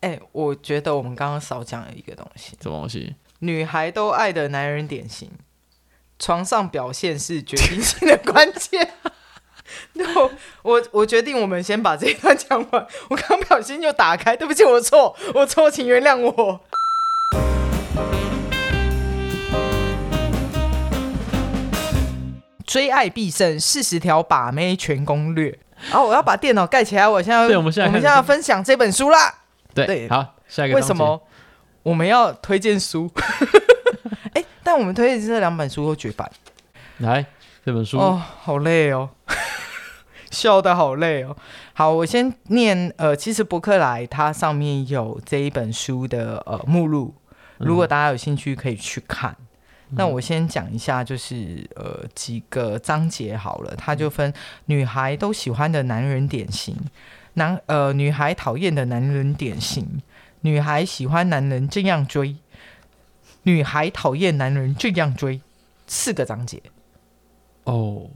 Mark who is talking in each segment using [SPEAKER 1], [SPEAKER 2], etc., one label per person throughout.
[SPEAKER 1] 哎、我觉得我们刚刚少讲了一个东西，
[SPEAKER 2] 什么东西？
[SPEAKER 1] 女孩都爱的男人典型，床上表现是决定性的关键。 那我我我决定，我们先把这一段讲完。我刚不小心就打开，对不起，我错，我错，请原谅我。追爱必胜，四十条把妹全攻略。然后我要把电脑盖起来，我现在
[SPEAKER 2] 对我们现在
[SPEAKER 1] 我们
[SPEAKER 2] 开
[SPEAKER 1] 现
[SPEAKER 2] 始
[SPEAKER 1] 在要分享这本书啦。
[SPEAKER 2] 对，
[SPEAKER 1] 对
[SPEAKER 2] 好，下一个
[SPEAKER 1] 为
[SPEAKER 2] 章
[SPEAKER 1] 什
[SPEAKER 2] 节？
[SPEAKER 1] 么我们要推荐书？ 哎、但我们推荐这两本书都绝版
[SPEAKER 2] 来，这本书，
[SPEAKER 1] 哦，好累哦， 笑的好累哦。好，我先念呃，其实伯克莱它上面有这一本书的呃目录，
[SPEAKER 2] 嗯
[SPEAKER 1] 如果大家有兴趣可以去看。那我先讲一下，就是呃几个章节好了，它就分女孩都喜欢的男人典型，男呃女孩讨厌的男人典型，女孩喜欢男人这样追，女孩讨厌男人这样追，四个章节。
[SPEAKER 2] 哦，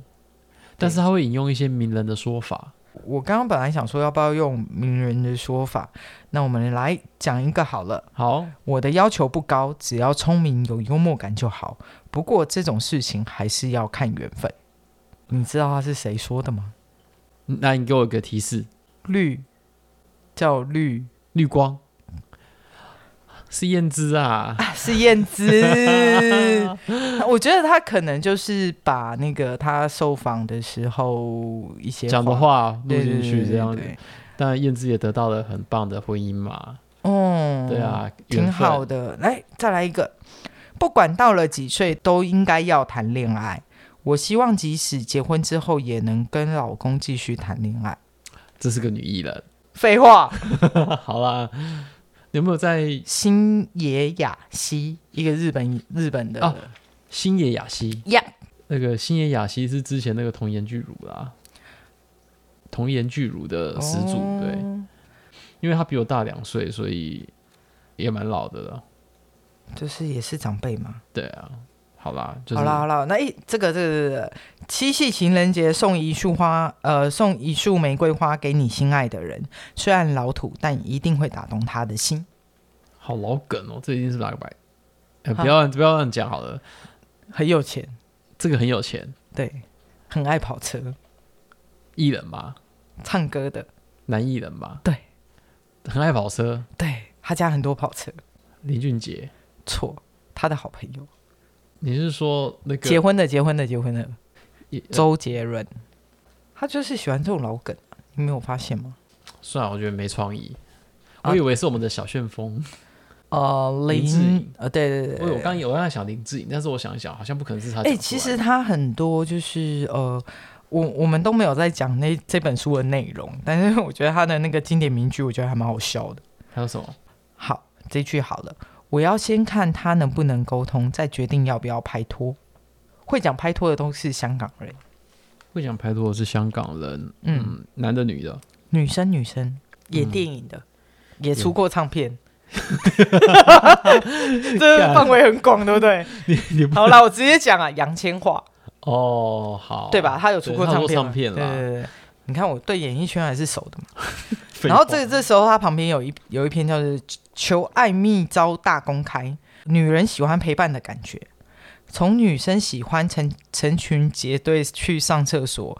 [SPEAKER 2] 但是他会引用一些名人的说法。
[SPEAKER 1] 我刚刚本来想说要不要用名人的说法，那我们来讲一个好了。
[SPEAKER 2] 好，
[SPEAKER 1] 我的要求不高，只要聪明有幽默感就好。不过这种事情还是要看缘分。你知道他是谁说的吗？
[SPEAKER 2] 那你给我一个提示，
[SPEAKER 1] 绿叫绿
[SPEAKER 2] 绿光是燕姿啊，
[SPEAKER 1] 啊，是燕姿。 我觉得他可能就是把那个他受访的时候一些
[SPEAKER 2] 讲的话录
[SPEAKER 1] 对
[SPEAKER 2] 进去这样。
[SPEAKER 1] 对
[SPEAKER 2] 子
[SPEAKER 1] 对。对
[SPEAKER 2] 但燕姿也得到了很棒的婚姻嘛，
[SPEAKER 1] 哦，
[SPEAKER 2] 对啊，
[SPEAKER 1] 挺好的。
[SPEAKER 2] 的。
[SPEAKER 1] 来，再来一个，不管到了几岁，都应该要谈恋爱。我希望即使结婚之后，也能跟老公继续谈恋爱。
[SPEAKER 2] 这是个女艺人，
[SPEAKER 1] 废话，
[SPEAKER 2] 好啦，有没有在
[SPEAKER 1] 星野雅希，一个日本日本的
[SPEAKER 2] 哦星野雅希？
[SPEAKER 1] 呀
[SPEAKER 2] 那个星野雅希是之前那个童颜巨乳啦，童颜巨乳
[SPEAKER 1] 哦
[SPEAKER 2] 的始祖，对，因为她比我大两岁，所以也蛮老的了。
[SPEAKER 1] 就是也是长辈嘛。
[SPEAKER 2] 对啊，好啦，就是
[SPEAKER 1] 好啦好啦，那一这个这个、这个、七夕情人节送一束花，呃，送一束玫瑰花给你心爱的人，虽然老土，但一定会打动他的心。
[SPEAKER 2] 好老梗哦，这一定是哪个白？呃
[SPEAKER 1] 好
[SPEAKER 2] 不要不要乱讲好了，
[SPEAKER 1] 很有钱，
[SPEAKER 2] 这个很有钱，
[SPEAKER 1] 对，很爱跑车，
[SPEAKER 2] 艺人吧，
[SPEAKER 1] 唱歌的。
[SPEAKER 2] 男艺人吧，
[SPEAKER 1] 对，
[SPEAKER 2] 很爱跑车，
[SPEAKER 1] 对他家很多跑车，
[SPEAKER 2] 林俊杰，
[SPEAKER 1] 错，他的好朋友，
[SPEAKER 2] 你是说那
[SPEAKER 1] 结
[SPEAKER 2] 个
[SPEAKER 1] 婚的，结婚的，结婚的，
[SPEAKER 2] 也
[SPEAKER 1] 周杰伦，他就是喜欢这种老梗，你没有发现吗？
[SPEAKER 2] 算了，我觉得没创意。
[SPEAKER 1] 啊
[SPEAKER 2] 我以为是我们的小旋风，
[SPEAKER 1] 呃，
[SPEAKER 2] 林志颖
[SPEAKER 1] 林，呃，对对对
[SPEAKER 2] 我
[SPEAKER 1] 对
[SPEAKER 2] 我刚刚有在想林志颖，但是我想一想，好像不可能是他讲出
[SPEAKER 1] 哎、
[SPEAKER 2] 来。
[SPEAKER 1] 其实他很多就是呃，我我们都没有在讲那这本书的内容，但是我觉得他的那个经典名句，我觉得还蛮好笑的。
[SPEAKER 2] 还有什么？
[SPEAKER 1] 好，这句好了，我要先看他能不能沟通，再决定要不要拍拖。会讲拍拖的都是香港人，
[SPEAKER 2] 会讲排毒的是香港人，
[SPEAKER 1] 嗯
[SPEAKER 2] 嗯，男的女的，
[SPEAKER 1] 女生女生演电影的，也出过唱 片，这范围很广，对不 对？好啦，我直接讲啊，杨千嬅
[SPEAKER 2] 哦，好，
[SPEAKER 1] 对吧？她有出过
[SPEAKER 2] 对她
[SPEAKER 1] 唱
[SPEAKER 2] 出
[SPEAKER 1] 片嘛，
[SPEAKER 2] 唱片
[SPEAKER 1] 对
[SPEAKER 2] 啦。
[SPEAKER 1] 对对对。你看我对演艺圈还是熟的嘛。
[SPEAKER 2] 废
[SPEAKER 1] 然后
[SPEAKER 2] 话
[SPEAKER 1] 这这时候她旁边有一有一篇叫做《求爱秘招大公开》，女人喜欢陪伴的感觉。从女生喜欢成成群结队去上厕所，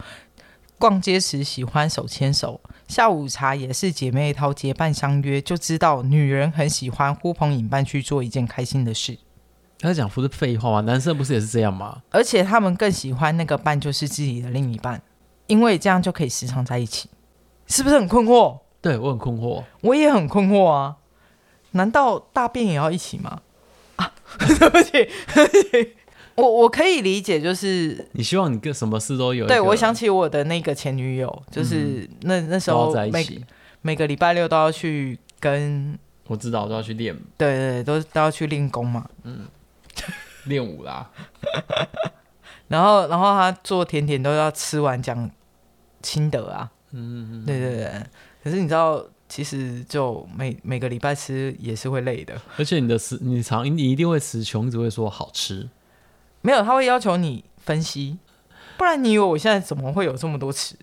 [SPEAKER 1] 逛街时喜欢手牵手，下午茶也是姐妹淘结伴相约，就知道女人很喜欢呼朋引伴去做一件开心的事。
[SPEAKER 2] 他讲不是废话吗？男生不是也是这样吗？
[SPEAKER 1] 而且她们更喜欢那个伴就是自己的另一半，因为这样就可以时常在一起，是不是很困惑？
[SPEAKER 2] 对我很困惑，
[SPEAKER 1] 我也很困惑啊，难道大便也要一起吗？啊， 对不起，对不起，我我可以理解，就是
[SPEAKER 2] 你希望你跟什么事都有一
[SPEAKER 1] 对
[SPEAKER 2] 个嗯
[SPEAKER 1] 我想起我的那个前女友，就是那那时
[SPEAKER 2] 都要
[SPEAKER 1] 候
[SPEAKER 2] 在一
[SPEAKER 1] 每
[SPEAKER 2] 起，
[SPEAKER 1] 每个礼拜六都要去跟，
[SPEAKER 2] 我知道我都要去练
[SPEAKER 1] 对对对，都都要去练功嘛。
[SPEAKER 2] 练舞啦。
[SPEAKER 1] 然后然后他做甜点都要吃完讲心得啊，
[SPEAKER 2] 嗯，
[SPEAKER 1] 对对对。可是你知道，其实就每每个礼拜吃也是会累的，
[SPEAKER 2] 而且你的词，你常你一定会词穷，你只会说好吃。
[SPEAKER 1] 没有他会要求你分析，不然你以为我现在怎么会有这么多吃？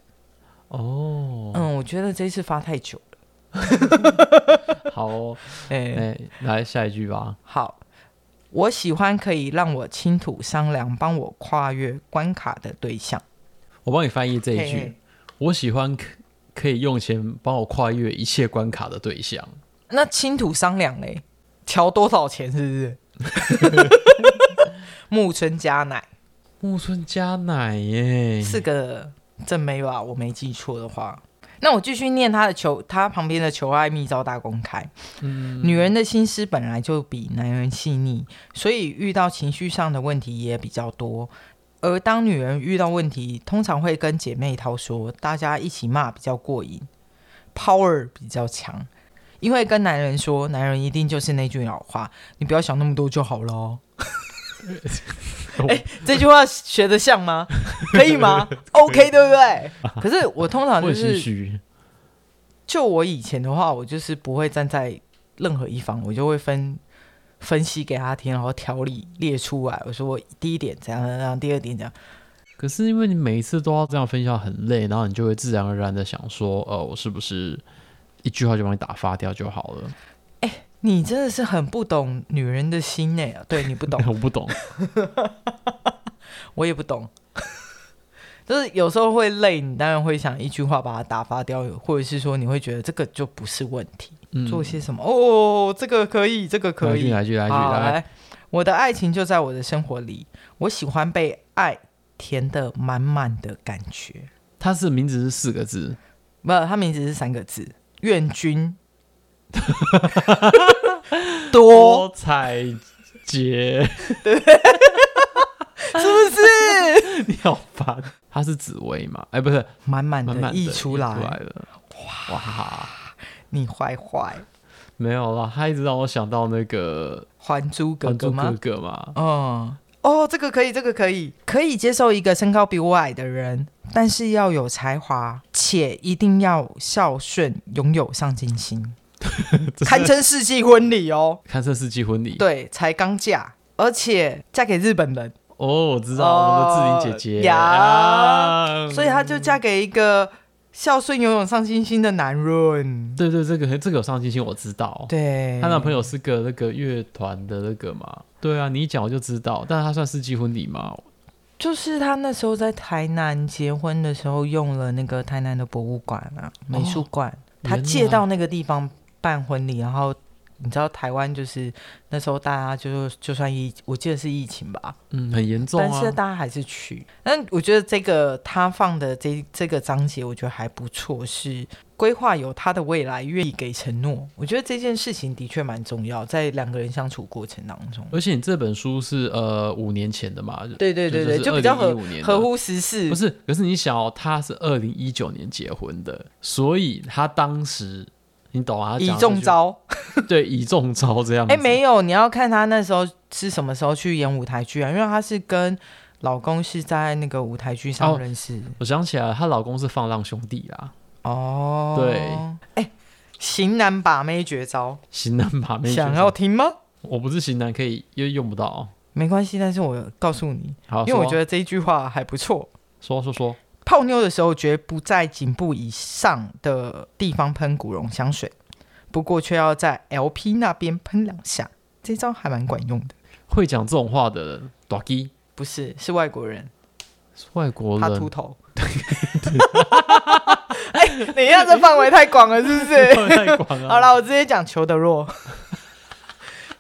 [SPEAKER 2] 哦，
[SPEAKER 1] 嗯，我觉得这次发太久了。
[SPEAKER 2] 好哦，后，
[SPEAKER 1] 哎、
[SPEAKER 2] 哎，来下一句吧。
[SPEAKER 1] 好，我喜欢可以让我倾吐商量、帮我跨越关卡的对象。
[SPEAKER 2] 我帮你翻译这一
[SPEAKER 1] 嘿
[SPEAKER 2] 句
[SPEAKER 1] 嘿：
[SPEAKER 2] 我喜欢可可以用钱帮我跨越一切关卡的对象。
[SPEAKER 1] 那倾吐商量嘞，调多少钱是不是？ 木村佳乃
[SPEAKER 2] 木村佳乃耶，
[SPEAKER 1] 是个正妹吧？我没记错的话。那我继续念他的求，他旁边的求爱密招大公开。
[SPEAKER 2] 嗯
[SPEAKER 1] 女人的心思本来就比男人细腻，所以遇到情绪上的问题也比较多。而当女人遇到问题，通常会跟姐妹淘说，大家一起骂比较过瘾，power 比较强。因为跟男人说，男人一定就是那句老话，你不要想那么多就好了 哦。哎、这句话学得像吗？可以 吗？OK，对不对？可是我通常
[SPEAKER 2] 我
[SPEAKER 1] 就
[SPEAKER 2] 很心
[SPEAKER 1] 是
[SPEAKER 2] 虚。
[SPEAKER 1] 就我以前的话，我就是不会站在任何一方，我就会分分析给他听，然后条理列出来。我说第一点怎样怎样怎样，第二点怎样。
[SPEAKER 2] 可是因为你每一次都要这样分享，很累，然后你就会自然而然的想说，呃，我是不是一句话就把你打发掉就好了？，
[SPEAKER 1] 你真的是很不懂女人的心呢、对你不懂
[SPEAKER 2] 我不懂，
[SPEAKER 1] 我也不懂。就是有时候会累，你当然会想一句话把它打发掉，或者是说你会觉得这个就不是问题。
[SPEAKER 2] 嗯，
[SPEAKER 1] 做些什么？哦，这个可以，这个可
[SPEAKER 2] 来一
[SPEAKER 1] 以
[SPEAKER 2] 句，。来一句，来一句，
[SPEAKER 1] 好，
[SPEAKER 2] 来，
[SPEAKER 1] 来，我的爱情就在我的生活里，我喜欢被爱填的满满的感觉。
[SPEAKER 2] 它是名字是四个字，
[SPEAKER 1] 不，他名字是三个字，愿 君多，
[SPEAKER 2] 多彩洁，
[SPEAKER 1] 是不是？
[SPEAKER 2] 你好烦。它是紫薇嘛？哎、不是，
[SPEAKER 1] 满满
[SPEAKER 2] 慢慢
[SPEAKER 1] 的
[SPEAKER 2] 地
[SPEAKER 1] 溢
[SPEAKER 2] 溢
[SPEAKER 1] 出
[SPEAKER 2] 来
[SPEAKER 1] 来，
[SPEAKER 2] 了。哇，
[SPEAKER 1] 你坏坏，
[SPEAKER 2] 没有啦，他一直让我想到那个
[SPEAKER 1] 《还珠格
[SPEAKER 2] 还
[SPEAKER 1] 格》
[SPEAKER 2] 珠
[SPEAKER 1] 吗
[SPEAKER 2] 格？格嘛，
[SPEAKER 1] 嗯，哦，这个可以，这个可以，可以接受一个身高比我矮的人，但是要有才华，且一定要孝顺，拥有上进 心，堪称世纪婚礼 哦。
[SPEAKER 2] 看这世纪婚礼。
[SPEAKER 1] 对，才刚嫁，而且嫁给日本人，
[SPEAKER 2] 哦，我知道、我们的志玲姐姐
[SPEAKER 1] 呀
[SPEAKER 2] 啊
[SPEAKER 1] 所以她就嫁给一个孝顺、拥有上进心的男人。
[SPEAKER 2] 对对，这个这个有上进心，我知道。
[SPEAKER 1] 对，
[SPEAKER 2] 她男朋友是个那个乐团的那个嘛，对啊，你一讲我就知道。但是她算世纪婚礼嘛，
[SPEAKER 1] 就是她那时候在台南结婚的时候，用了那个台南的博物馆啊、美术馆，她、
[SPEAKER 2] 原来
[SPEAKER 1] 借到那个地方办婚礼，然后。你知道台湾就是那时候大家就就算疫，我记得是疫情吧，
[SPEAKER 2] 嗯，很严重
[SPEAKER 1] 但
[SPEAKER 2] 啊
[SPEAKER 1] 是。大家还是去。但我觉得这个他放的这这个章节，我觉得还不错，是规划有他的未来，愿意给承诺。我觉得这件事情的确蛮重要，在两个人相处过程当中。
[SPEAKER 2] 而且你这本书是呃五年前的嘛，
[SPEAKER 1] 对对对对，就比较合
[SPEAKER 2] 2015年的
[SPEAKER 1] 合乎时事
[SPEAKER 2] 不。是，可是你想哦，他是二零一九年结婚的，所以他当时你懂啊？他
[SPEAKER 1] 以
[SPEAKER 2] 讲的
[SPEAKER 1] 中
[SPEAKER 2] 就，
[SPEAKER 1] 招，
[SPEAKER 2] 对，以中招这样子。
[SPEAKER 1] 哎，没有，你要看他那时候是什么时候去演舞台剧啊？因为他是跟老公是在那个舞台剧上
[SPEAKER 2] 哦
[SPEAKER 1] 认识。
[SPEAKER 2] 我想起来了，她老公是放浪兄弟啊啦，
[SPEAKER 1] 哦，
[SPEAKER 2] 对，
[SPEAKER 1] 哎，型男把妹绝招，
[SPEAKER 2] 型男把妹。
[SPEAKER 1] 想要，听吗？
[SPEAKER 2] 我不是型男，可以又用不到。哦
[SPEAKER 1] 没关系，但是我告诉你，
[SPEAKER 2] 好，
[SPEAKER 1] 因为我
[SPEAKER 2] 说啊
[SPEAKER 1] 觉得这一句话还不错。
[SPEAKER 2] 说啊说说，
[SPEAKER 1] 泡妞的时候绝不在颈部以上的地方喷古龙香水，不过却要在 LP 那边喷两下，这招还蛮管用的。
[SPEAKER 2] 会讲这种话的人，短基
[SPEAKER 1] 不是，是外国人，
[SPEAKER 2] 是外国
[SPEAKER 1] 他秃
[SPEAKER 2] 人，
[SPEAKER 1] 头。 哎、你要这范围太广了，是不是？
[SPEAKER 2] 太广了。
[SPEAKER 1] 好，了，我直接讲裘德洛，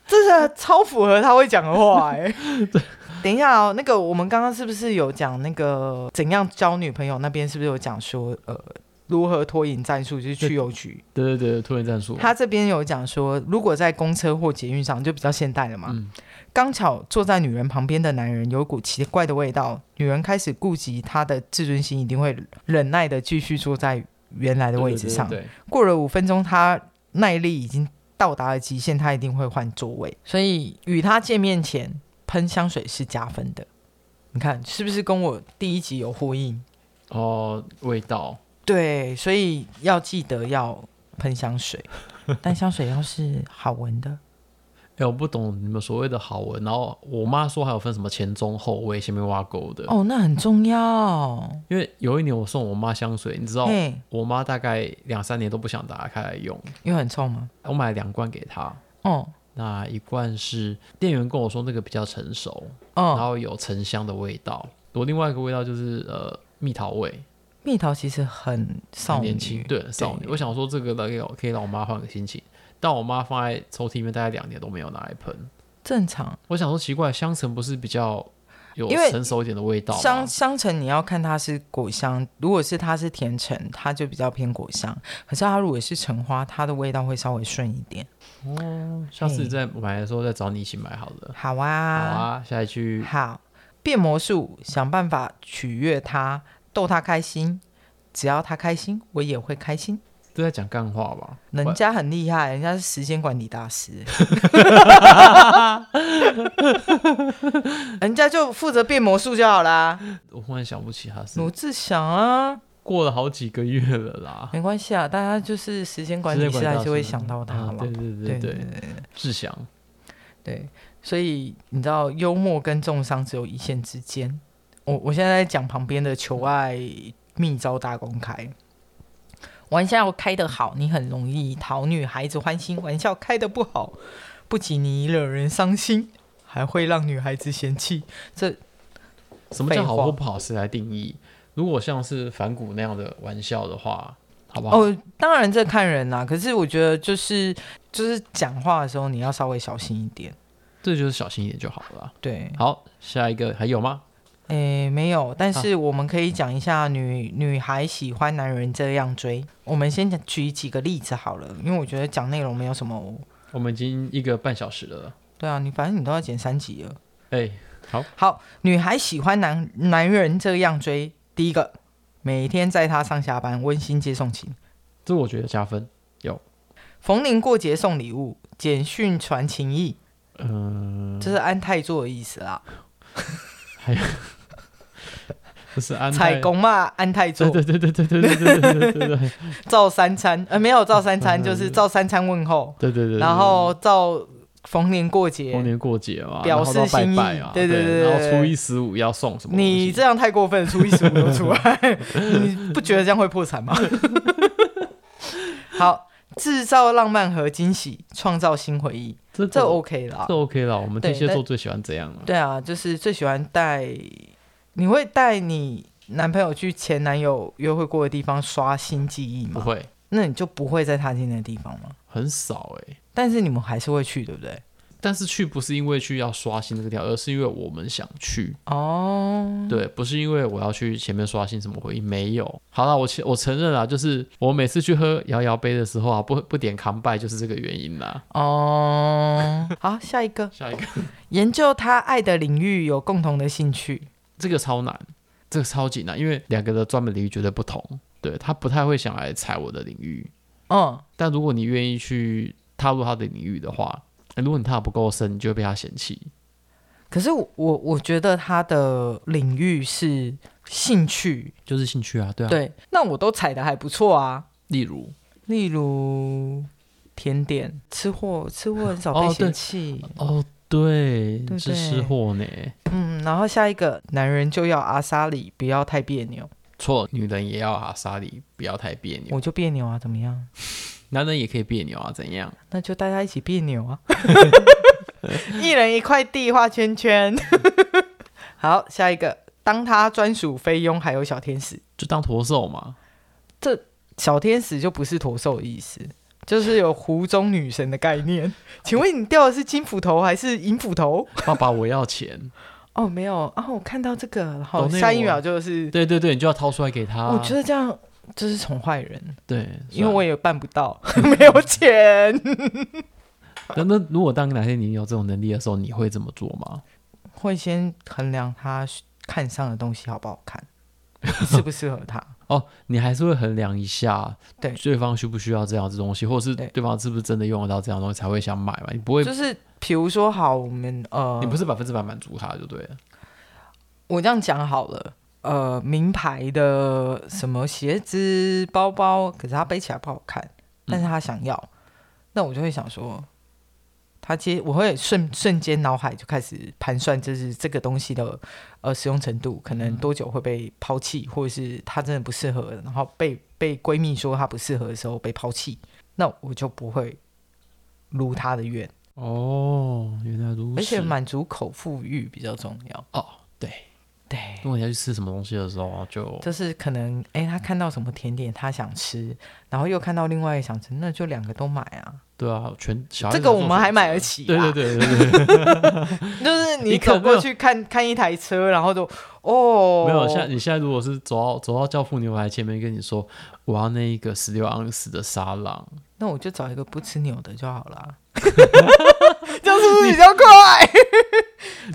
[SPEAKER 1] 这是超符合他会讲的话哎、 等一下哦，那个我们刚刚是不是有讲那个怎样交女朋友？那边是不是有讲说呃如何脱颖战术？就是去邮局，
[SPEAKER 2] 对对对，突然战术。
[SPEAKER 1] 他这边有讲说，如果在公车或捷运上就比较现代了嘛。
[SPEAKER 2] 嗯
[SPEAKER 1] 刚巧坐在女人旁边的男人有股奇怪的味道，女人开始顾及她的自尊心，一定会忍耐的继续坐在原来的位置上。
[SPEAKER 2] 对对对
[SPEAKER 1] 过了五分钟，他耐力已经到达了极限，他一定会换座位。所以与他见面前喷香水是加分的。你看是不是跟我第一集有呼应？
[SPEAKER 2] 对哦，味道
[SPEAKER 1] 对，所以 要记得要喷香水，但香水要是好闻的，
[SPEAKER 2] 哎，我不懂你们所谓的好文。然后我妈说还有分什么前中后，我也前面挖沟的。
[SPEAKER 1] 哦，那很重要。
[SPEAKER 2] 因为有一年我送我妈香水，你知道，
[SPEAKER 1] 嘿，
[SPEAKER 2] 我妈大概两三年都不想打开来用。
[SPEAKER 1] 因为很臭吗？
[SPEAKER 2] 我买了两罐给她，
[SPEAKER 1] 哦
[SPEAKER 2] 那一罐是店员跟我说那个比较成熟，然
[SPEAKER 1] 哦，
[SPEAKER 2] 后有沉香的味道。我另外一个味道就是呃蜜桃味，
[SPEAKER 1] 蜜桃其实很少
[SPEAKER 2] 很
[SPEAKER 1] 女，
[SPEAKER 2] 年轻，对，很少女。我想说这个大概可以让我妈换个心情，但我妈放在抽屉里面大概两年都没有拿来喷。
[SPEAKER 1] 正常。
[SPEAKER 2] 我想说奇怪，香橙不是比较有
[SPEAKER 1] 因为
[SPEAKER 2] 成熟一点的味道吗
[SPEAKER 1] 香？香橙你要看它是果香，如果是它是甜橙，它就比较偏果香。可是它如果是橙花，它的味道会稍微顺一点。
[SPEAKER 2] 下次再买的时候再找你一起买好了。
[SPEAKER 1] 好
[SPEAKER 2] 好
[SPEAKER 1] 啊，
[SPEAKER 2] 啊，下一句
[SPEAKER 1] 好变魔术，想办法取悦他，逗他开心。只要他开心，我也会开心。
[SPEAKER 2] 都在讲干话吧？
[SPEAKER 1] 人家很厉害，人家是时间管理大 师，人家就负责变魔术就好啦。
[SPEAKER 2] 我忽然想不起他是
[SPEAKER 1] 罗志祥啊，
[SPEAKER 2] 过了好几个月了啦。
[SPEAKER 1] 没关系啊，大家就是时间管理
[SPEAKER 2] 时
[SPEAKER 1] 师
[SPEAKER 2] 间管理
[SPEAKER 1] 还
[SPEAKER 2] 大
[SPEAKER 1] 是
[SPEAKER 2] 师
[SPEAKER 1] 会想到他
[SPEAKER 2] 啊
[SPEAKER 1] 嘛。
[SPEAKER 2] 对对对对，志祥，
[SPEAKER 1] 对，所以你知道幽默跟重伤只有一线之间。我我现在在讲旁边的求爱秘招大公开，玩笑开得好，你很容易讨女孩子欢心；玩笑开得不好，不仅你惹人伤心，还会让女孩子嫌弃。这
[SPEAKER 2] 什么叫好
[SPEAKER 1] 废话
[SPEAKER 2] 或不好是来定义。如果像是反骨那样的玩笑的话，好不好？
[SPEAKER 1] 哦，当然这看人啦、可是我觉得就是就是讲话的时候你要稍微小心一点。
[SPEAKER 2] 这就是小心一点就好了。
[SPEAKER 1] 对，
[SPEAKER 2] 好，下一个还有吗？
[SPEAKER 1] 诶，没有，
[SPEAKER 2] 啊
[SPEAKER 1] 但是我们可以讲一下女、女孩喜欢男人这样追。我们先讲举几个例子好了，因为我觉得讲内容没有什么。
[SPEAKER 2] 我们已经一个半小时了。
[SPEAKER 1] 对啊，你反正你都要剪三集了。
[SPEAKER 2] 哎、
[SPEAKER 1] 好，女孩喜欢男男人这样追，第一个，每天载他上下班，温馨接送情，
[SPEAKER 2] 这我觉得加分。
[SPEAKER 1] 逢年过节送礼物，简讯传情意，
[SPEAKER 2] 嗯、
[SPEAKER 1] 这是安泰座的意思啦。
[SPEAKER 2] 不是安泰
[SPEAKER 1] 采。公嘛，安泰座
[SPEAKER 2] 对对对对对对对对对对对对对
[SPEAKER 1] 照三餐，呃，没有照三餐，就是照三餐问候，
[SPEAKER 2] 对对对。
[SPEAKER 1] 然后照逢年过节，
[SPEAKER 2] 逢年过节嘛，
[SPEAKER 1] 表
[SPEAKER 2] 然后到
[SPEAKER 1] 示
[SPEAKER 2] 拜
[SPEAKER 1] 心意
[SPEAKER 2] 拜啊，
[SPEAKER 1] 对对
[SPEAKER 2] 对
[SPEAKER 1] 对对
[SPEAKER 2] 然后初
[SPEAKER 1] 对
[SPEAKER 2] 一十五要送什么东西？
[SPEAKER 1] 你这样太过分，初一十五都出 来，你不觉得这样会破产吗？好，制造浪漫和惊喜，创造新回忆，
[SPEAKER 2] 这
[SPEAKER 1] 这
[SPEAKER 2] 这
[SPEAKER 1] OK 啦
[SPEAKER 2] 这。OK 啦，我们天
[SPEAKER 1] 对
[SPEAKER 2] 蝎座
[SPEAKER 1] 但
[SPEAKER 2] 最喜欢这样了。
[SPEAKER 1] 对啊，就是最喜欢带，你会带你男朋友去前男友约会过的地方刷新记忆
[SPEAKER 2] 不
[SPEAKER 1] 吗？
[SPEAKER 2] 会，
[SPEAKER 1] 那你就不会再踏进那个地方吗？
[SPEAKER 2] 很少哎、
[SPEAKER 1] 但是你们还是会去，对不对？
[SPEAKER 2] 但是去不是因为去要刷新这个条，而是因为我们想去。
[SPEAKER 1] 哦，
[SPEAKER 2] 对，不是因为我要去前面刷新什么回忆，没有。好了，我其我承认啦，就是我每次去喝摇摇杯的时候啊，不不点康拜就是这个原因啦。
[SPEAKER 1] 哦，好，下一个，
[SPEAKER 2] 下一个，
[SPEAKER 1] 研究他爱的领域有共同的兴趣，
[SPEAKER 2] 这个超难，这个超级难，因为两个的专门领域绝对不同。对他不太会想来踩我的领域，
[SPEAKER 1] 嗯。
[SPEAKER 2] 但如果你愿意去踏入他的领域的话，如果你踏得不够深，你就会被他嫌弃。
[SPEAKER 1] 可是我我我觉得他的领域是兴趣，
[SPEAKER 2] 就是兴趣啊，对啊。，
[SPEAKER 1] 对，那我都踩的还不错啊。
[SPEAKER 2] 例如
[SPEAKER 1] 嗯例如甜点，吃货，吃货很少被
[SPEAKER 2] 哦对
[SPEAKER 1] 嫌弃。
[SPEAKER 2] 哦，对，
[SPEAKER 1] 对
[SPEAKER 2] 是
[SPEAKER 1] 对
[SPEAKER 2] 吃货呢。
[SPEAKER 1] 嗯，然后下一个，男人就要阿莎里，不要太别扭，
[SPEAKER 2] 错，女人也要阿莎莉，不要太别扭。
[SPEAKER 1] 我就别扭啊，怎么样？
[SPEAKER 2] 男人也可以别扭啊，怎样？
[SPEAKER 1] 那就大家一起别扭 啊，一人一块地画圈圈。 好，下一个，当他专属菲佣还有小天使，
[SPEAKER 2] 就当驼兽嘛。
[SPEAKER 1] 小天使就不是驼兽的意思，就是有湖中女神的概念。 请问你掉的是金斧头还是银斧头？
[SPEAKER 2] 爸爸，我 要钱。
[SPEAKER 1] 哦，没有哦，我看到这个，然后
[SPEAKER 2] 懂内
[SPEAKER 1] 哦下一
[SPEAKER 2] 我
[SPEAKER 1] 秒就是，啊
[SPEAKER 2] 对对对，你就要掏出来给他。
[SPEAKER 1] 我觉得这样就是宠坏人，
[SPEAKER 2] 对，
[SPEAKER 1] 因为我也办不 到，没有钱，
[SPEAKER 2] 那那如果当哪天你有这种能力的时候，你会这么做吗？
[SPEAKER 1] 会先衡量他看上的东西好不好 看，适不适合他。
[SPEAKER 2] 哦，你还是会衡量一下，
[SPEAKER 1] 对
[SPEAKER 2] 对方需不需要这样子东西，或者是
[SPEAKER 1] 对
[SPEAKER 2] 对方是不是真的用得到这样的东西才会想买嘛？你不会，
[SPEAKER 1] 就是比如说，好，我们呃，
[SPEAKER 2] 你不是百分之百满足他就对了。
[SPEAKER 1] 我这样讲好了，呃，名牌的什么鞋子、包
[SPEAKER 2] 嗯
[SPEAKER 1] 包，可是他背起来不好看，但是他想要，那我就会想说，它接我会瞬瞬间脑海就开始盘算，就是这个东西的呃使用程度，可能多久会被抛弃，或者是它真的不适合，然后被被闺蜜说它不适合的时候被抛弃，那我就不会如她的愿，
[SPEAKER 2] 哦，原来如此。
[SPEAKER 1] 而且满足口腹欲比较重要。
[SPEAKER 2] 哦，对，
[SPEAKER 1] 对，
[SPEAKER 2] 如果你要去吃什么东西的时候，啊就
[SPEAKER 1] 就是可能哎、诶他看到什么甜点他想吃，然后又看到另外一个想吃，那就两个都买啊。
[SPEAKER 2] 对啊，全小孩
[SPEAKER 1] 这
[SPEAKER 2] 子
[SPEAKER 1] 个
[SPEAKER 2] 都
[SPEAKER 1] 我
[SPEAKER 2] 做
[SPEAKER 1] 们
[SPEAKER 2] 选
[SPEAKER 1] 还买
[SPEAKER 2] 择
[SPEAKER 1] 得起啊
[SPEAKER 2] 对
[SPEAKER 1] 啦
[SPEAKER 2] 对对对 对，
[SPEAKER 1] 就是你
[SPEAKER 2] 你
[SPEAKER 1] 走
[SPEAKER 2] 可没
[SPEAKER 1] 过
[SPEAKER 2] 有
[SPEAKER 1] 去看看一台车，然后就哦，
[SPEAKER 2] 没有。现在你现在如果是走到走到教父牛排前面，跟你说我要那一个十六盎司的沙朗，
[SPEAKER 1] 那我就找一个不吃牛的就好 啦。这样是不是比较快？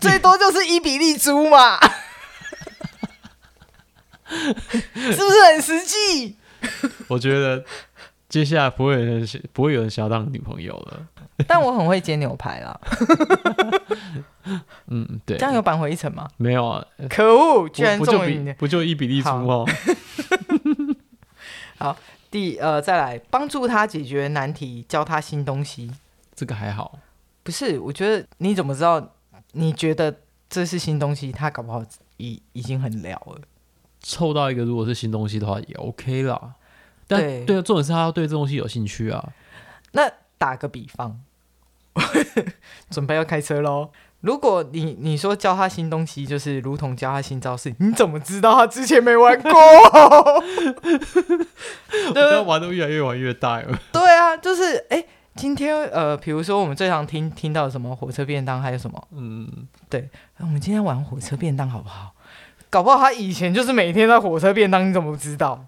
[SPEAKER 1] 最多就是伊比利猪 嘛，是不是很实际？
[SPEAKER 2] 我觉得接下来不会有人不会有人想要当女朋友了。
[SPEAKER 1] 但我很会煎牛排啦，
[SPEAKER 2] 嗯，对
[SPEAKER 1] 这，样有扳回一城吗？
[SPEAKER 2] 没有啊，
[SPEAKER 1] 可恶，居然
[SPEAKER 2] 不不就
[SPEAKER 1] 中了你
[SPEAKER 2] 比
[SPEAKER 1] 的
[SPEAKER 2] 不就一比例出
[SPEAKER 1] 好
[SPEAKER 2] 哦。
[SPEAKER 1] 第呃，再来帮助他解决难题，教他新东西。
[SPEAKER 2] 这个还好，
[SPEAKER 1] 不是，我觉得你怎么知道？你觉得这是新东西，他搞不好已已经很了了。
[SPEAKER 2] 凑到一个如果是新东西的话也 OK 啦。但
[SPEAKER 1] 对
[SPEAKER 2] 对啊，重点是他要对这东西有兴趣啊。
[SPEAKER 1] 那打个比方， 准备要开车喽。如果你你说教他新东西，就是如同教他新招式，你怎么知道他之前没玩过？
[SPEAKER 2] 我
[SPEAKER 1] 对
[SPEAKER 2] 这样玩的越来越玩越大了。
[SPEAKER 1] 对啊，就是哎、诶今天呃，比如说我们最常听听到什么火车便当，还有什么，
[SPEAKER 2] 嗯，
[SPEAKER 1] 哎我们今天玩火车便当好不好？搞不好他以前就是每天在火车便当，你怎么知道？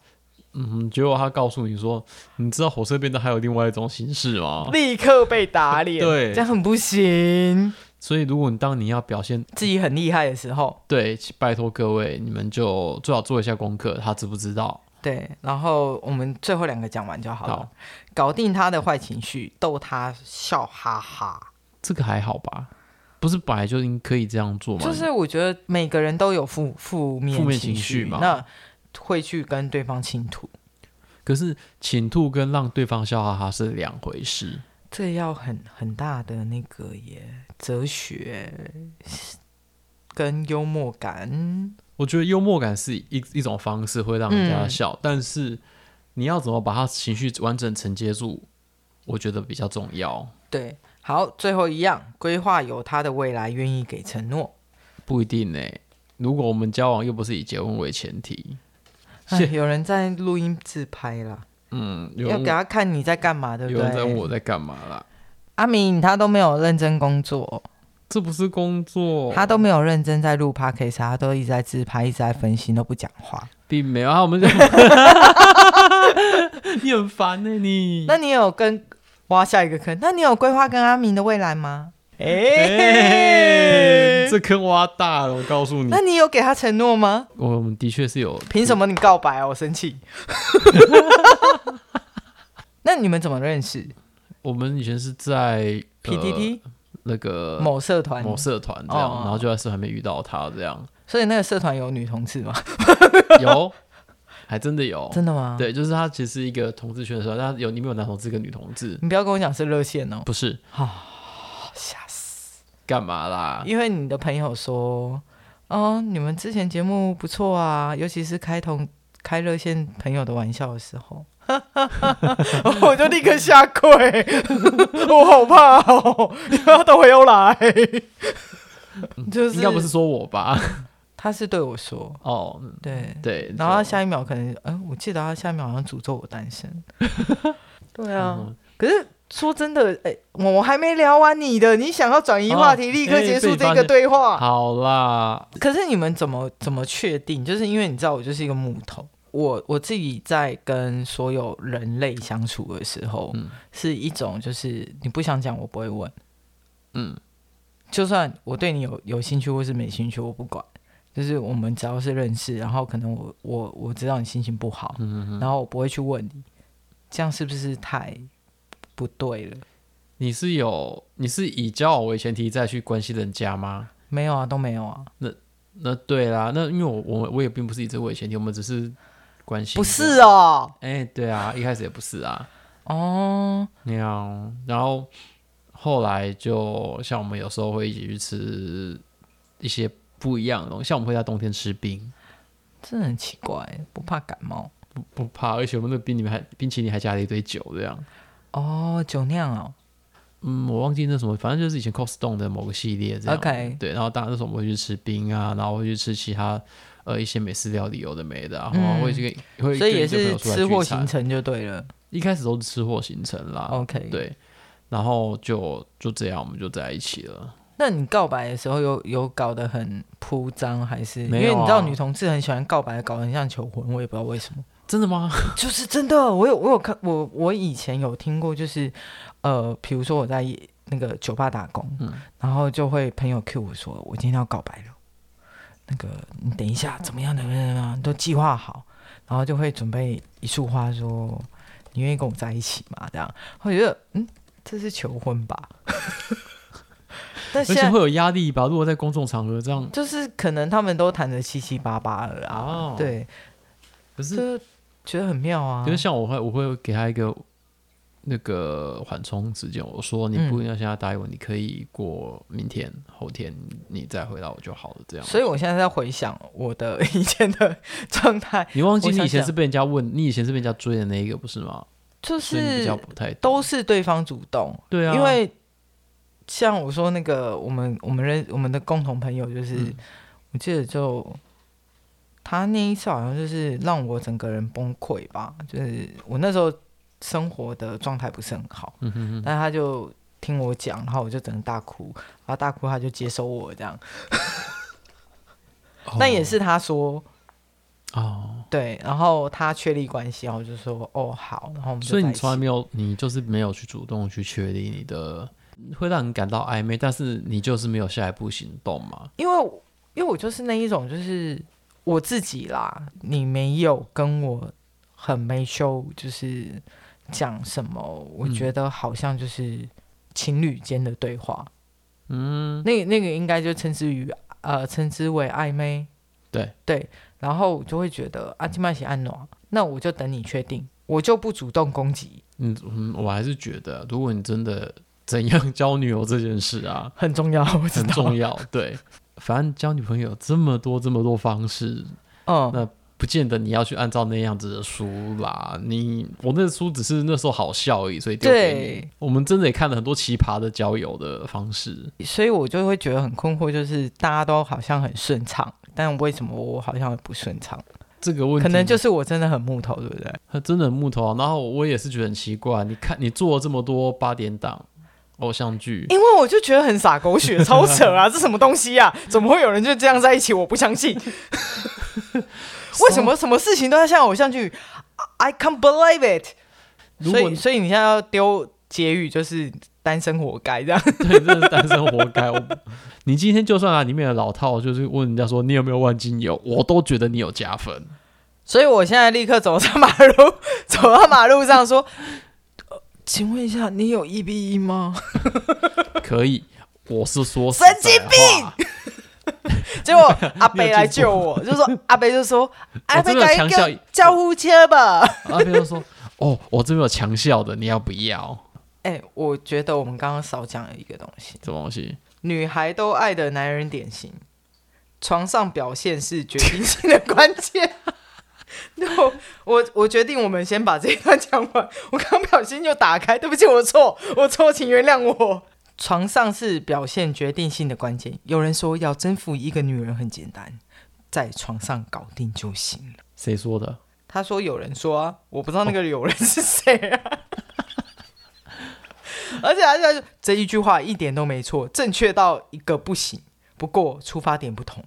[SPEAKER 2] 嗯，结果他告诉你说，你知道火车便当还有另外一种形式吗？
[SPEAKER 1] 立刻被打脸，
[SPEAKER 2] 对
[SPEAKER 1] 这样很不行。
[SPEAKER 2] 所以，如果你当你要表现
[SPEAKER 1] 自己很厉害的时候，
[SPEAKER 2] 对，拜托各位，你们就最好做一下功课，他知不知道？
[SPEAKER 1] 对，然后我们最后两个讲完就好了，
[SPEAKER 2] 好
[SPEAKER 1] 搞定他的坏情绪，逗他笑哈哈。
[SPEAKER 2] 这个还好吧？不是本来就应可以这样做吗？
[SPEAKER 1] 就是我觉得每个人都有负负面
[SPEAKER 2] 负面
[SPEAKER 1] 情
[SPEAKER 2] 情绪嘛
[SPEAKER 1] 那会去跟对方倾吐，
[SPEAKER 2] 可是请吐跟让对方笑哈哈是两回事。
[SPEAKER 1] 这要很很大的那个耶哲学跟幽默感。
[SPEAKER 2] 我觉得幽默感是一一种方式，会让人家
[SPEAKER 1] 嗯
[SPEAKER 2] 笑，但是你要怎么把他情绪完整承接住，我觉得比较重要。
[SPEAKER 1] 对，好，最后一样，规划有他的未来，愿意给承诺。
[SPEAKER 2] 不一定呢、欸如果我们交往又不是以结婚为前提，
[SPEAKER 1] 哎，
[SPEAKER 2] 是
[SPEAKER 1] 有人在录音自拍啦，
[SPEAKER 2] 嗯，有
[SPEAKER 1] 要
[SPEAKER 2] 人
[SPEAKER 1] 给他看你在干嘛，对不
[SPEAKER 2] 有人在问
[SPEAKER 1] 对？
[SPEAKER 2] 我在干嘛啦？
[SPEAKER 1] 阿明他都没有认真工作，
[SPEAKER 2] 这不是工作，
[SPEAKER 1] 他都没有认真在录 podcast，他都一直在自拍，一直在分心，都不讲话。
[SPEAKER 2] 并没有啊。我 们就你很烦呢、欸你。
[SPEAKER 1] 那你有跟挖下一个坑？那你有规划跟阿明的未来吗？哎、
[SPEAKER 2] 哎、这坑挖大了，我告诉你
[SPEAKER 1] 那，你有给他承诺吗？
[SPEAKER 2] 我们的确是有
[SPEAKER 1] 凭什么你告白啊？我生气。 那你们怎么认识
[SPEAKER 2] 我们以前是在、呃
[SPEAKER 1] ？PTT、
[SPEAKER 2] 那个
[SPEAKER 1] 某社团，
[SPEAKER 2] 呃某社团这样，
[SPEAKER 1] 哦
[SPEAKER 2] 然后就在社团里面遇到他 这样，
[SPEAKER 1] 所以那个社团有女同志吗？
[SPEAKER 2] 有，还真的有，
[SPEAKER 1] 真的吗？，
[SPEAKER 2] 哦对，就是他其实是一个同志圈的时候，他有里面有男同志跟女同志，
[SPEAKER 1] 你不要跟我讲是热线哦，
[SPEAKER 2] 不是
[SPEAKER 1] 啊吓死！
[SPEAKER 2] 干嘛啦？
[SPEAKER 1] 因为你的朋友说，哦，你们之前节目不错啊，尤其是开同开热线朋友的玩笑的时候， 我就立刻下跪， 我好怕哦， 他都会又来，就是
[SPEAKER 2] 嗯应该不是说我吧？
[SPEAKER 1] 他是对我说，
[SPEAKER 2] 哦，嗯
[SPEAKER 1] 对，
[SPEAKER 2] 对，
[SPEAKER 1] 然后他
[SPEAKER 2] 就
[SPEAKER 1] 下一秒可能，嗯、我记得他下一秒好像诅咒我单身， 对啊，
[SPEAKER 2] 嗯
[SPEAKER 1] 可是。说真的，哎、我我还没聊完你的，你想要转移话题，
[SPEAKER 2] 哦
[SPEAKER 1] 立刻
[SPEAKER 2] 哎
[SPEAKER 1] 结束
[SPEAKER 2] 被
[SPEAKER 1] 这
[SPEAKER 2] 发
[SPEAKER 1] 个
[SPEAKER 2] 现
[SPEAKER 1] 对话。
[SPEAKER 2] 好啦，
[SPEAKER 1] 可是你们怎么怎么确定？就是因为你知道我就是一个木头，我我自己在跟所有人类相处的时候，
[SPEAKER 2] 嗯
[SPEAKER 1] 是一种就是你不想讲，我不会问。
[SPEAKER 2] 嗯，
[SPEAKER 1] 就算我对你有有兴趣或是没兴趣，我不管。就是我们只要是认识，然后可能我我我知道你心情不好，
[SPEAKER 2] 嗯，
[SPEAKER 1] 然后我不会去问你，这样是不是太不对了？
[SPEAKER 2] 你是有你是以交往为前提再去关心人家吗？
[SPEAKER 1] 没有啊，都没有啊。
[SPEAKER 2] 那对啦，那因为我我我也并不是以这个为前提，我们只是关心，
[SPEAKER 1] 不是，哦，
[SPEAKER 2] 哎、对啊，一开始也不是啊，
[SPEAKER 1] 哦，
[SPEAKER 2] 那样，然后后来就像我们有时候会一起去吃一些不一样的东西，像我们会在冬天吃冰，
[SPEAKER 1] 真的很奇怪，不怕感冒
[SPEAKER 2] 不不怕，而且我们那个冰里面还冰淇淋还加了一堆酒，这样。
[SPEAKER 1] 哦，酒酿哦，
[SPEAKER 2] 嗯，我忘记那什么，反正就是以前 Costco 的某个系列这样。
[SPEAKER 1] OK
[SPEAKER 2] 对，然后当然那时候我们会去吃冰啊，然后会去吃其他呃一些美式料理有的没的啊，然后会去跟、会
[SPEAKER 1] 嗯所以
[SPEAKER 2] 跟
[SPEAKER 1] 也
[SPEAKER 2] 一些朋
[SPEAKER 1] 是
[SPEAKER 2] 友出来
[SPEAKER 1] 吃
[SPEAKER 2] 聚
[SPEAKER 1] 货
[SPEAKER 2] 餐
[SPEAKER 1] 行程就对了。
[SPEAKER 2] 一开始都是吃货行程啦。
[SPEAKER 1] OK，，
[SPEAKER 2] 对，然后就就这样，我们就在一起了。
[SPEAKER 1] 那你告白的时候有有搞得很铺张，还是、因
[SPEAKER 2] 没有啊
[SPEAKER 1] 为你知道女同志很喜欢告白，搞得很像求婚，我也不知道为什么。
[SPEAKER 2] 真的吗？
[SPEAKER 1] 就是真的，我有我有看我我以前有听过，就是呃，比如说我在那个酒吧打工，
[SPEAKER 2] 嗯
[SPEAKER 1] 然后就会朋友 Q 我说我今天要告白了，那个你等一下怎么样怎么样怎么样都计划好，然后就会准备一束花说你愿意跟我在一起吗？这样，我觉得嗯这是求婚吧， 但
[SPEAKER 2] 而
[SPEAKER 1] 现
[SPEAKER 2] 且
[SPEAKER 1] 在
[SPEAKER 2] 会有压力吧？如果在公众场合这样，
[SPEAKER 1] 就是可能他们都谈的七七八八了啊，
[SPEAKER 2] 哦
[SPEAKER 1] 对，
[SPEAKER 2] 可是
[SPEAKER 1] 就觉得很妙啊
[SPEAKER 2] 可是，像我会，我会给他一个那个缓冲时间，我说你
[SPEAKER 1] 嗯
[SPEAKER 2] 不应该现在答应我，你可以过明天、后天你再回答我就好了，这样。
[SPEAKER 1] 所以我现在在回想我的以前的状态，
[SPEAKER 2] 你忘记
[SPEAKER 1] 我
[SPEAKER 2] 你
[SPEAKER 1] 想
[SPEAKER 2] 以前
[SPEAKER 1] 想
[SPEAKER 2] 是被人家问，你以前是被人家追的那一个不是吗？
[SPEAKER 1] 就
[SPEAKER 2] 所以你比
[SPEAKER 1] 是
[SPEAKER 2] 较不太懂
[SPEAKER 1] 都是对方主动，
[SPEAKER 2] 对啊，
[SPEAKER 1] 因为像我说那个我们我们认我们的共同朋友，就是、
[SPEAKER 2] 嗯
[SPEAKER 1] 我记得就他那一次好像就是让我整个人崩溃吧，就是我那时候生活的状态不是很好，
[SPEAKER 2] 嗯哼哼
[SPEAKER 1] 但他就听我讲，然后我就整个大哭，然后大哭他就接收我这样，
[SPEAKER 2] 哦
[SPEAKER 1] 但也是他说。
[SPEAKER 2] 哦，
[SPEAKER 1] 对，然后他确立关系，然后我就说哦好，然后我们就
[SPEAKER 2] 所以
[SPEAKER 1] 在
[SPEAKER 2] 你
[SPEAKER 1] 一
[SPEAKER 2] 从来
[SPEAKER 1] 起
[SPEAKER 2] 没有，你就是没有去主动去确立你的，会让你感到暧昧，但是你就是没有下一步行动嘛？
[SPEAKER 1] 因为我因为我就是那一种就是我自己啦，你没有跟我很没羞，就是讲什么，我
[SPEAKER 2] 嗯
[SPEAKER 1] 觉得好像就是情侣间的对话，
[SPEAKER 2] 嗯，
[SPEAKER 1] 那那个应该就称之于呃称之为暧昧，
[SPEAKER 2] 对
[SPEAKER 1] 对，然后我就会觉得啊，金曼喜按暖，那我就等你确定，我就不主动攻击，
[SPEAKER 2] 嗯嗯，我还是觉得，如果你真的怎样 交女友这件事啊，
[SPEAKER 1] 很重要，我知
[SPEAKER 2] 很
[SPEAKER 1] 道，
[SPEAKER 2] 重要。对， 反正交女朋友这么多这么多方式，
[SPEAKER 1] 嗯，
[SPEAKER 2] 那不见得你要去按照那样子的书啦。你我那书只是那时候好笑而已，所以丢给
[SPEAKER 1] 对
[SPEAKER 2] 你。我们真的也看了很多奇葩的交友的方式。
[SPEAKER 1] 所以我就会觉得很困惑，就是大家都好像很顺畅，但为什么我好像不顺畅？
[SPEAKER 2] 这个问题
[SPEAKER 1] 可能就是我真的很木头，对不对？
[SPEAKER 2] 他真的很木头啊、然后我也是觉得很奇怪，你看你做了这么多八点档偶像剧，
[SPEAKER 1] 因为我就觉得很傻狗血，超扯啊！这 什么东西啊？怎么会有人就这样在一起？我不相 信，为什么什么事情都要像偶像剧？I can't believe it！
[SPEAKER 2] 如
[SPEAKER 1] 所
[SPEAKER 2] 果
[SPEAKER 1] 以，所以你现在要丢结语，就是单身活该这样。
[SPEAKER 2] 对，真的是单身活该。我 你今天就算啊，里面的老套就是问人家说你有没有万金油，我都觉得你有加分。
[SPEAKER 1] 所以我现在立刻走上马路， 走到马路上说：“呃请问一下，你有一 B 一吗？”
[SPEAKER 2] 可以，我是说
[SPEAKER 1] 神经
[SPEAKER 2] 病。
[SPEAKER 1] 结 果阿北来救我，就说阿北就说哎阿北
[SPEAKER 2] 真的有
[SPEAKER 1] 赶
[SPEAKER 2] 哦强
[SPEAKER 1] 紧
[SPEAKER 2] 效
[SPEAKER 1] 叫叫护车吧。
[SPEAKER 2] 阿飞就说：“哦，我这边有强效的，你要不要？
[SPEAKER 1] 哎、我觉得我们刚刚少讲了一个东西，
[SPEAKER 2] 什么东西？
[SPEAKER 1] 女孩都爱的男人典型，床上表现是决定性的关键。 那我我我决定，我们先把这一段讲完。我刚不小心就打开，对不起，我错，我错，请原谅我。床上是表现决定性的关键。有人说要征服一个女人很简单，在床上搞定就行。
[SPEAKER 2] 谁说的？
[SPEAKER 1] 他说有人说啊，我不知道
[SPEAKER 2] 哦
[SPEAKER 1] 那个有人是谁啊。 而且他就这一句话一点都没错，正确到一个不行。不过出发点不同，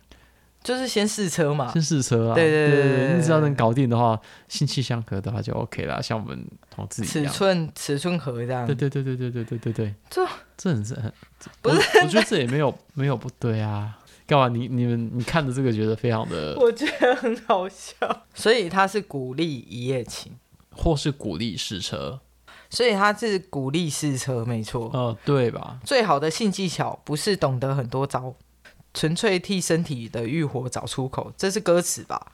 [SPEAKER 1] 就是先试车嘛。
[SPEAKER 2] 先试车啊！
[SPEAKER 1] 对对
[SPEAKER 2] 对
[SPEAKER 1] 对对
[SPEAKER 2] 对，
[SPEAKER 1] 对
[SPEAKER 2] 你只要能搞定的话，性气相合的话就 OK 啦，像我们同志一
[SPEAKER 1] 尺
[SPEAKER 2] 样。
[SPEAKER 1] 寸尺寸合这样
[SPEAKER 2] 对，对对对对对对对对，
[SPEAKER 1] 这
[SPEAKER 2] 这很是很不是？我觉得这也没有没有不对啊。干嘛？你你们你看着这个觉得非常的，
[SPEAKER 1] 我觉得很好笑。所以他是鼓励一夜情，
[SPEAKER 2] 或是鼓励试车，
[SPEAKER 1] 所以他是鼓励试车，没错。
[SPEAKER 2] 呃，对吧？
[SPEAKER 1] 最好的性技巧不是懂得很多招，纯粹替身体的欲火找出口，这是歌词吧？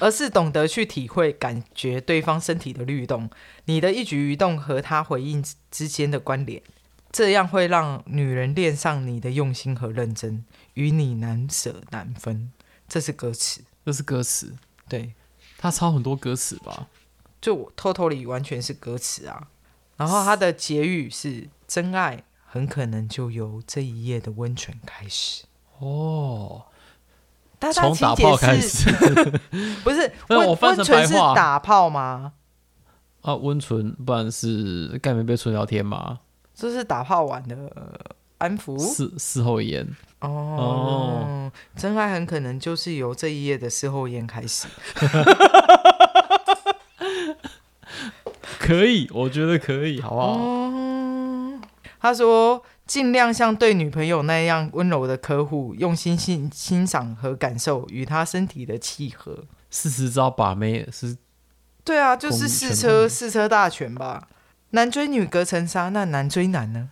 [SPEAKER 1] 而是懂得去体会、感觉对方身体的律动，你的一举一动和他回应之之间的关联，这样会让女人恋上你的用心和认真，与你难舍难分。这是歌词，
[SPEAKER 2] 这是歌词，
[SPEAKER 1] 对，
[SPEAKER 2] 他抄很多歌词吧？
[SPEAKER 1] 就我 totally 完全是歌词啊。然后他的结语是：真爱很可能就由这一夜的温泉开始。
[SPEAKER 2] 哦，
[SPEAKER 1] 但他
[SPEAKER 2] 从打
[SPEAKER 1] 情
[SPEAKER 2] 炮开
[SPEAKER 1] 节是，
[SPEAKER 2] 始
[SPEAKER 1] 不是
[SPEAKER 2] 那
[SPEAKER 1] 温
[SPEAKER 2] 我
[SPEAKER 1] 温
[SPEAKER 2] 翻成
[SPEAKER 1] 泉
[SPEAKER 2] 白
[SPEAKER 1] 是
[SPEAKER 2] 话
[SPEAKER 1] 打炮吗？
[SPEAKER 2] 啊，温存，不然是盖棉被纯聊天嘛？
[SPEAKER 1] 这是打炮完的呃安抚。
[SPEAKER 2] 事事后言，
[SPEAKER 1] 哦，真爱很可能就是由这一夜的事后宴开始。
[SPEAKER 2] 可以，我觉得可以，好不好？
[SPEAKER 1] 哦，他说尽量像对女朋友那样温柔的呵护，用心欣欣赏和感受与她身体的契合。
[SPEAKER 2] 四十招把妹是
[SPEAKER 1] 对啊，就是
[SPEAKER 2] 公
[SPEAKER 1] 试
[SPEAKER 2] 全
[SPEAKER 1] 车
[SPEAKER 2] 部
[SPEAKER 1] 试车大全吧。男追女隔层纱，那男追男 呢？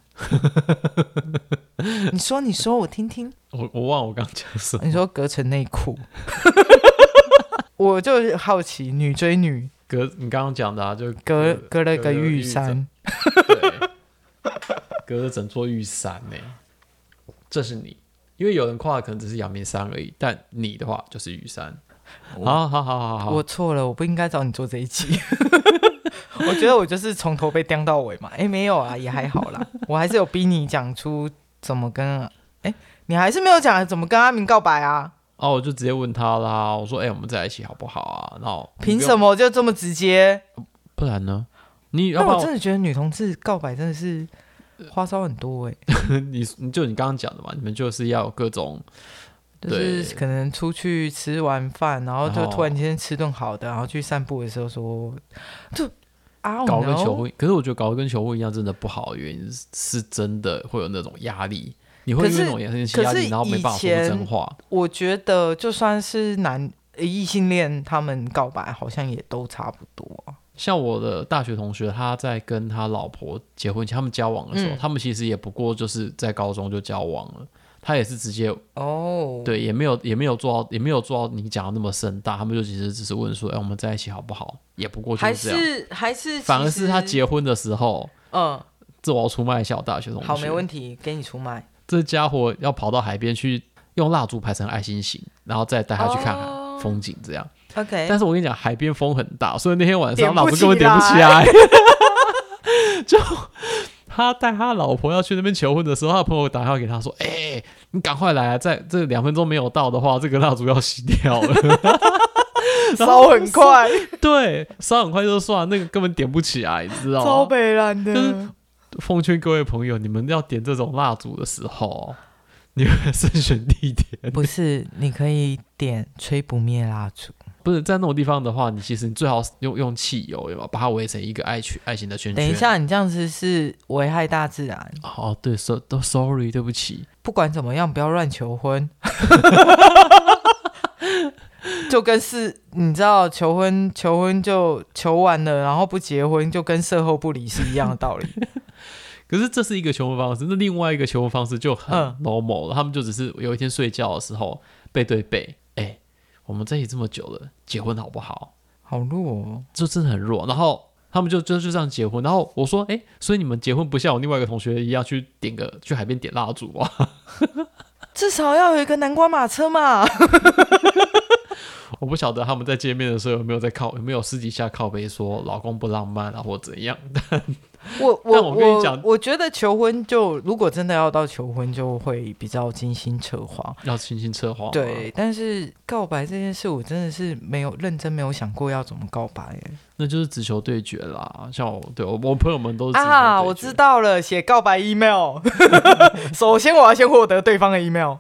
[SPEAKER 1] 你说，你说，我听 听。
[SPEAKER 2] 我我忘了我刚讲什么，
[SPEAKER 1] 你说隔层内裤， 我就好奇女追女
[SPEAKER 2] 隔你刚刚讲的啊，就
[SPEAKER 1] 隔隔了
[SPEAKER 2] 隔
[SPEAKER 1] 个
[SPEAKER 2] 了
[SPEAKER 1] 玉
[SPEAKER 2] 玉
[SPEAKER 1] 山。
[SPEAKER 2] 对， 隔着整座玉山呢、这是你，因为有人跨的可能只是阳明山而已，但你的话就是玉山。好好好好好，
[SPEAKER 1] 哦我错了，我不应该找你做这一集。 我觉得我就是从头被刁到尾嘛。哎、没有啊，也还好啦。我还是有逼你讲出怎么跟哎、你还是没有讲怎么跟阿明告白啊？
[SPEAKER 2] 哦，我就直接问他啦，我说，哎、我们在一起好不好啊？然后
[SPEAKER 1] 凭什？么就这么直接？
[SPEAKER 2] 不然呢？你要
[SPEAKER 1] 那
[SPEAKER 2] 不
[SPEAKER 1] 我真
[SPEAKER 2] 然
[SPEAKER 1] 的觉得女同志告白真的是花招很多哎、
[SPEAKER 2] 我你你就你刚刚讲的嘛，你们就是要有各种
[SPEAKER 1] 就是
[SPEAKER 2] 呃对
[SPEAKER 1] 可能出去吃完饭，然后就
[SPEAKER 2] 然后
[SPEAKER 1] 突然间吃顿好的，然后去散步的时候说，就啊，
[SPEAKER 2] 搞得跟求婚，可是我觉得搞得跟求婚一样真的不好，原因是是真的会有那种压力，你会
[SPEAKER 1] 可
[SPEAKER 2] 因为
[SPEAKER 1] 是
[SPEAKER 2] 那种压
[SPEAKER 1] 可
[SPEAKER 2] 力，压
[SPEAKER 1] 是
[SPEAKER 2] 力然后没办法
[SPEAKER 1] 以
[SPEAKER 2] 说出
[SPEAKER 1] 前
[SPEAKER 2] 真话。
[SPEAKER 1] 我觉得就算是男呃异性恋，他们告白好像也都差不多啊。
[SPEAKER 2] 像我的大学同学，他在跟他老婆结婚前，他们交往的时候，
[SPEAKER 1] 嗯
[SPEAKER 2] 他们其实也不过就是在高中就交往了。他也是直接
[SPEAKER 1] 哦，
[SPEAKER 2] 对，也没有也没有做到，也没有做到你讲的那么盛大。他们就其实只是问说，哎、我们在一起好不好？也不过就
[SPEAKER 1] 还
[SPEAKER 2] 这样。
[SPEAKER 1] 是还是
[SPEAKER 2] 反而
[SPEAKER 1] 其实
[SPEAKER 2] 是他结婚的时候，
[SPEAKER 1] 嗯，
[SPEAKER 2] 这我要出卖一下我大学同学。
[SPEAKER 1] 好，没问题，给你出卖。
[SPEAKER 2] 这家伙要跑到海边去，用蜡烛排成爱心形，然后再带他去看
[SPEAKER 1] 哦
[SPEAKER 2] 风景，这样。
[SPEAKER 1] OK，
[SPEAKER 2] 但是我跟你讲，海边风很大，所以那天晚上
[SPEAKER 1] 点
[SPEAKER 2] 老
[SPEAKER 1] 不
[SPEAKER 2] 子根本
[SPEAKER 1] 起
[SPEAKER 2] 点不起
[SPEAKER 1] 来
[SPEAKER 2] 来。 就他带他老婆要去那边求婚的时候，他的朋友打电话给他说：“哎、你赶快来啊！在这两分钟没有到的话，这个蜡烛要熄掉了。
[SPEAKER 1] 烧很快，”
[SPEAKER 2] 对，烧很快就算，那个根本点不起来，你知道
[SPEAKER 1] 超
[SPEAKER 2] 吗？
[SPEAKER 1] 北蓝的
[SPEAKER 2] 就。啊是奉劝各位朋友，你们要点这种蜡烛的时候，你们慎选地点。
[SPEAKER 1] 不是，你可以点吹不灭蜡烛。
[SPEAKER 2] 不是在那种地方的话，你其实你最好用用汽油，有没有把它围成一个爱圈爱情的圈圈。
[SPEAKER 1] 等一下，你这样子是危害大自然。
[SPEAKER 2] 哦，对，so 都 sorry，对不起，
[SPEAKER 1] 不管怎么样，不要乱求婚。 就跟是，你知道，求婚求婚就求完了，然后不结婚，就跟售后不理是一样的道理。
[SPEAKER 2] 可是这是一个求婚方式，那另外一个求婚方式就很
[SPEAKER 1] 嗯
[SPEAKER 2] normal 了。他们就只是有一天睡觉的时候背对背，哎、我们在一起这么久了，结婚好不好？
[SPEAKER 1] 好弱、哦，
[SPEAKER 2] 就真的很弱。然后他们就就就这样结婚。然后我说，哎、所以你们结婚不像我另外一个同学一样去点个去海边点蜡烛啊？
[SPEAKER 1] 至少要有一个南瓜马车嘛。
[SPEAKER 2] 我不晓得他们在见面的时候有没有在靠有没有私底下靠背说老公不浪漫啊或怎样的。
[SPEAKER 1] 我
[SPEAKER 2] 但
[SPEAKER 1] 我
[SPEAKER 2] 我跟你讲
[SPEAKER 1] 我觉得求婚就如果真的要到求婚，就会比较精心策划。
[SPEAKER 2] 要轻轻策划吗，
[SPEAKER 1] 对，但是告白这件事，我真的是没有认真没有想过要怎么告白耶、
[SPEAKER 2] 那就是直球对决啦。像我对我我朋友们都是直球
[SPEAKER 1] 啊，
[SPEAKER 2] 对
[SPEAKER 1] 我
[SPEAKER 2] 决
[SPEAKER 1] 知道了，写告白 email。首先，我要先获得对方的 email。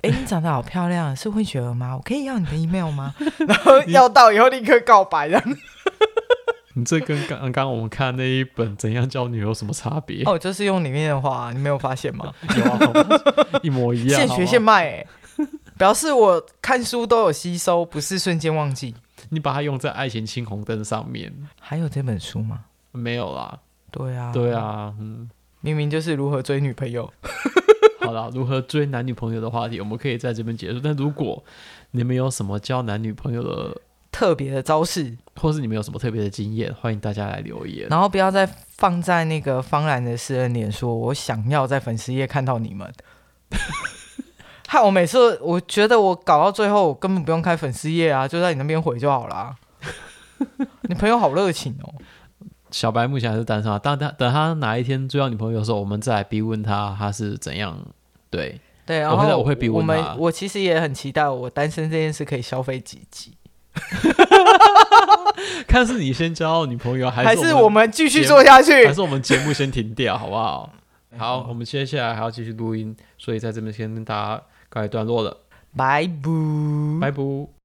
[SPEAKER 1] 哎、你长得好漂亮，是混血儿吗？我可以要你的 email 吗？ 然后要到以后立刻告白，然后
[SPEAKER 2] 你这跟刚刚我们看那一本《怎样教女》有什么差 别？
[SPEAKER 1] 哦，就是用里面的话，你没有发现 吗？
[SPEAKER 2] 有啊， 一模一样。
[SPEAKER 1] 现
[SPEAKER 2] 好
[SPEAKER 1] 学
[SPEAKER 2] 吗
[SPEAKER 1] 现卖、欸，表示我看书都有吸收，不是瞬间忘记。
[SPEAKER 2] 你把它用在爱情青红灯上面，
[SPEAKER 1] 还有这本书吗？
[SPEAKER 2] 没有啦。
[SPEAKER 1] 对啊，
[SPEAKER 2] 对，啊，嗯，
[SPEAKER 1] 明明就是如何追女朋友。
[SPEAKER 2] 好好了，如何追男女朋友的话题，我们可以在这边结束。但如果你们有什么交男女朋友的，
[SPEAKER 1] 特别的招式，
[SPEAKER 2] 或是你们有什么特别的经验，欢迎大家来留言。
[SPEAKER 1] 然后不要再放在那个方兰的私人脸说，我想要在粉丝页看到你们。 害我每次我觉得我搞到最后，我根本不用开粉丝页啊，就在你那边回就好啦。 你朋友好热情哦，
[SPEAKER 2] 小白目前还是单身啊，但他等他哪一天追到女朋友的时候，我们再来逼问他他是怎样。对，
[SPEAKER 1] 对，然
[SPEAKER 2] 我会
[SPEAKER 1] 后
[SPEAKER 2] 我会逼
[SPEAKER 1] 我
[SPEAKER 2] 问
[SPEAKER 1] 们
[SPEAKER 2] 他
[SPEAKER 1] 我其实也很期待我单身这件事可以消费几集，
[SPEAKER 2] 看是你先交女朋友，
[SPEAKER 1] 还
[SPEAKER 2] 还
[SPEAKER 1] 是
[SPEAKER 2] 是
[SPEAKER 1] 我
[SPEAKER 2] 我们
[SPEAKER 1] 们继续
[SPEAKER 2] 节
[SPEAKER 1] 做下
[SPEAKER 2] 还
[SPEAKER 1] 去？
[SPEAKER 2] 是我们节目先停掉，好 不好？好，
[SPEAKER 1] 嗯
[SPEAKER 2] 我们接下来还要继续录音，所以在这边先跟大家告一段落了，
[SPEAKER 1] 拜拜。
[SPEAKER 2] 拜拜。